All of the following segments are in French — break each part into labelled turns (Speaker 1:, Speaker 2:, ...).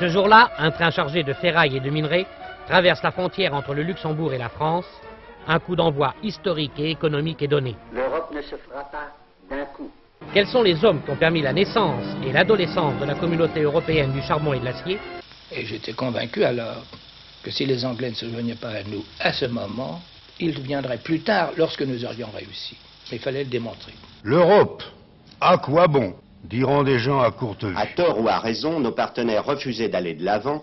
Speaker 1: Ce jour-là, un train chargé de ferraille et de minerais traverse la frontière entre le Luxembourg et la France. Un coup d'envoi historique et économique est donné.
Speaker 2: L'Europe ne se fera pas d'un coup.
Speaker 1: Quels sont les hommes qui ont permis la naissance et l'adolescence de la communauté européenne du charbon et de l'acier
Speaker 3: Et j'étais convaincu alors que si les Anglais ne se joignaient pas à nous à ce moment, ils viendraient plus tard lorsque nous aurions réussi. Mais il fallait le démontrer.
Speaker 4: L'Europe, à quoi bon diront des gens à courte vue.
Speaker 2: À tort ou à raison, nos partenaires refusaient d'aller de l'avant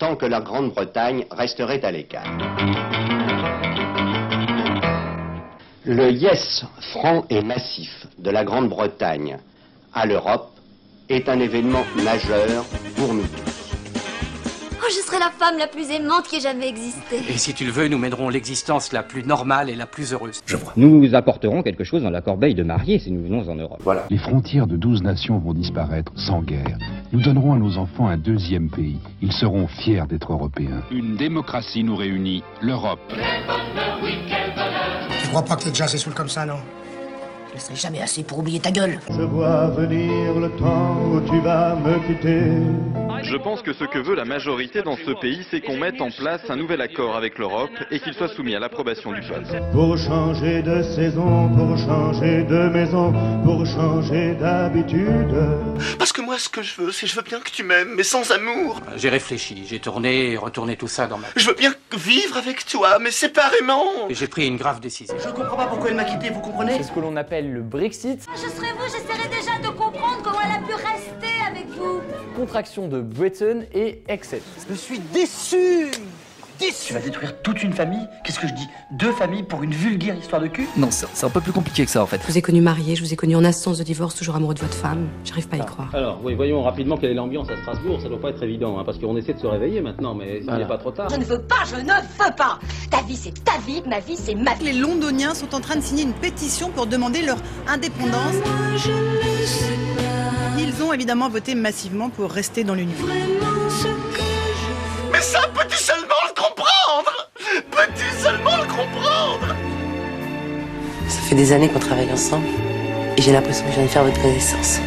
Speaker 2: tant que la Grande-Bretagne resterait à l'écart. Le yes franc et massif de la Grande-Bretagne à l'Europe est un événement majeur pour nous tous.
Speaker 5: Oh, je serai la femme la plus aimante qui ait jamais existé.
Speaker 6: Et si tu le veux, nous mènerons l'existence la plus normale et la plus heureuse.
Speaker 7: Nous apporterons quelque chose dans la corbeille de mariés si nous venons en Europe.
Speaker 8: Les frontières de 12 nations vont disparaître sans guerre. Nous donnerons à nos enfants un deuxième pays. Ils seront fiers d'être européens.
Speaker 9: Une démocratie nous réunit, l'Europe.
Speaker 10: Tu crois pas que t'es déjà assez saoul comme ça, non
Speaker 11: Je ne serai jamais assez pour oublier ta gueule.
Speaker 12: Je vois venir le temps où tu vas me quitter.
Speaker 13: Je pense que ce que veut la majorité dans ce pays, c'est qu'on mette en place un nouvel accord avec l'Europe et qu'il soit soumis à l'approbation du peuple.
Speaker 12: Pour changer de saison, pour changer de maison, pour changer d'habitude.
Speaker 14: Parce que moi, ce que je veux, c'est je veux bien que tu m'aimes, mais sans amour.
Speaker 6: J'ai réfléchi, j'ai tourné et retourné tout ça dans ma
Speaker 14: Je veux bien vivre avec toi, mais séparément.
Speaker 6: Et J'ai pris une grave décision.
Speaker 14: Je comprends pas pourquoi elle m'a quitté, vous comprenez
Speaker 15: C'est ce que l'on appelle le Brexit,
Speaker 5: Je serai vous, j'essaierai déjà de comprendre comment elle a pu rester avec vous.
Speaker 15: contraction de Britain et exit.
Speaker 11: Je suis déçu
Speaker 14: Tu vas détruire toute une famille Qu'est-ce que je dis Deux familles pour une vulgaire histoire de cul
Speaker 16: Non, c'est c'est un peu plus compliqué que ça en fait.
Speaker 17: Je vous ai connu marié, je vous ai connu en instance de divorce, toujours amoureux de votre femme. J'arrive pas à y croire.
Speaker 7: Alors, oui, voyons rapidement quelle est l'ambiance à Strasbourg. Ça doit pas être évident, hein, parce qu'on essaie de se réveiller maintenant, mais il n'est pas trop tard.
Speaker 11: Je ne veux pas, je ne veux pas Ta vie c'est ta vie, ma vie c'est ma vie.
Speaker 17: Les Londoniens sont en train de signer une pétition pour demander leur indépendance. Ils ont évidemment voté massivement pour rester dans l'Union.
Speaker 14: Mais ça, peux-tu seulement le comprendre Peux-tu seulement le comprendre
Speaker 11: Ça fait des années qu'on travaille ensemble et j'ai l'impression que je viens de faire votre connaissance.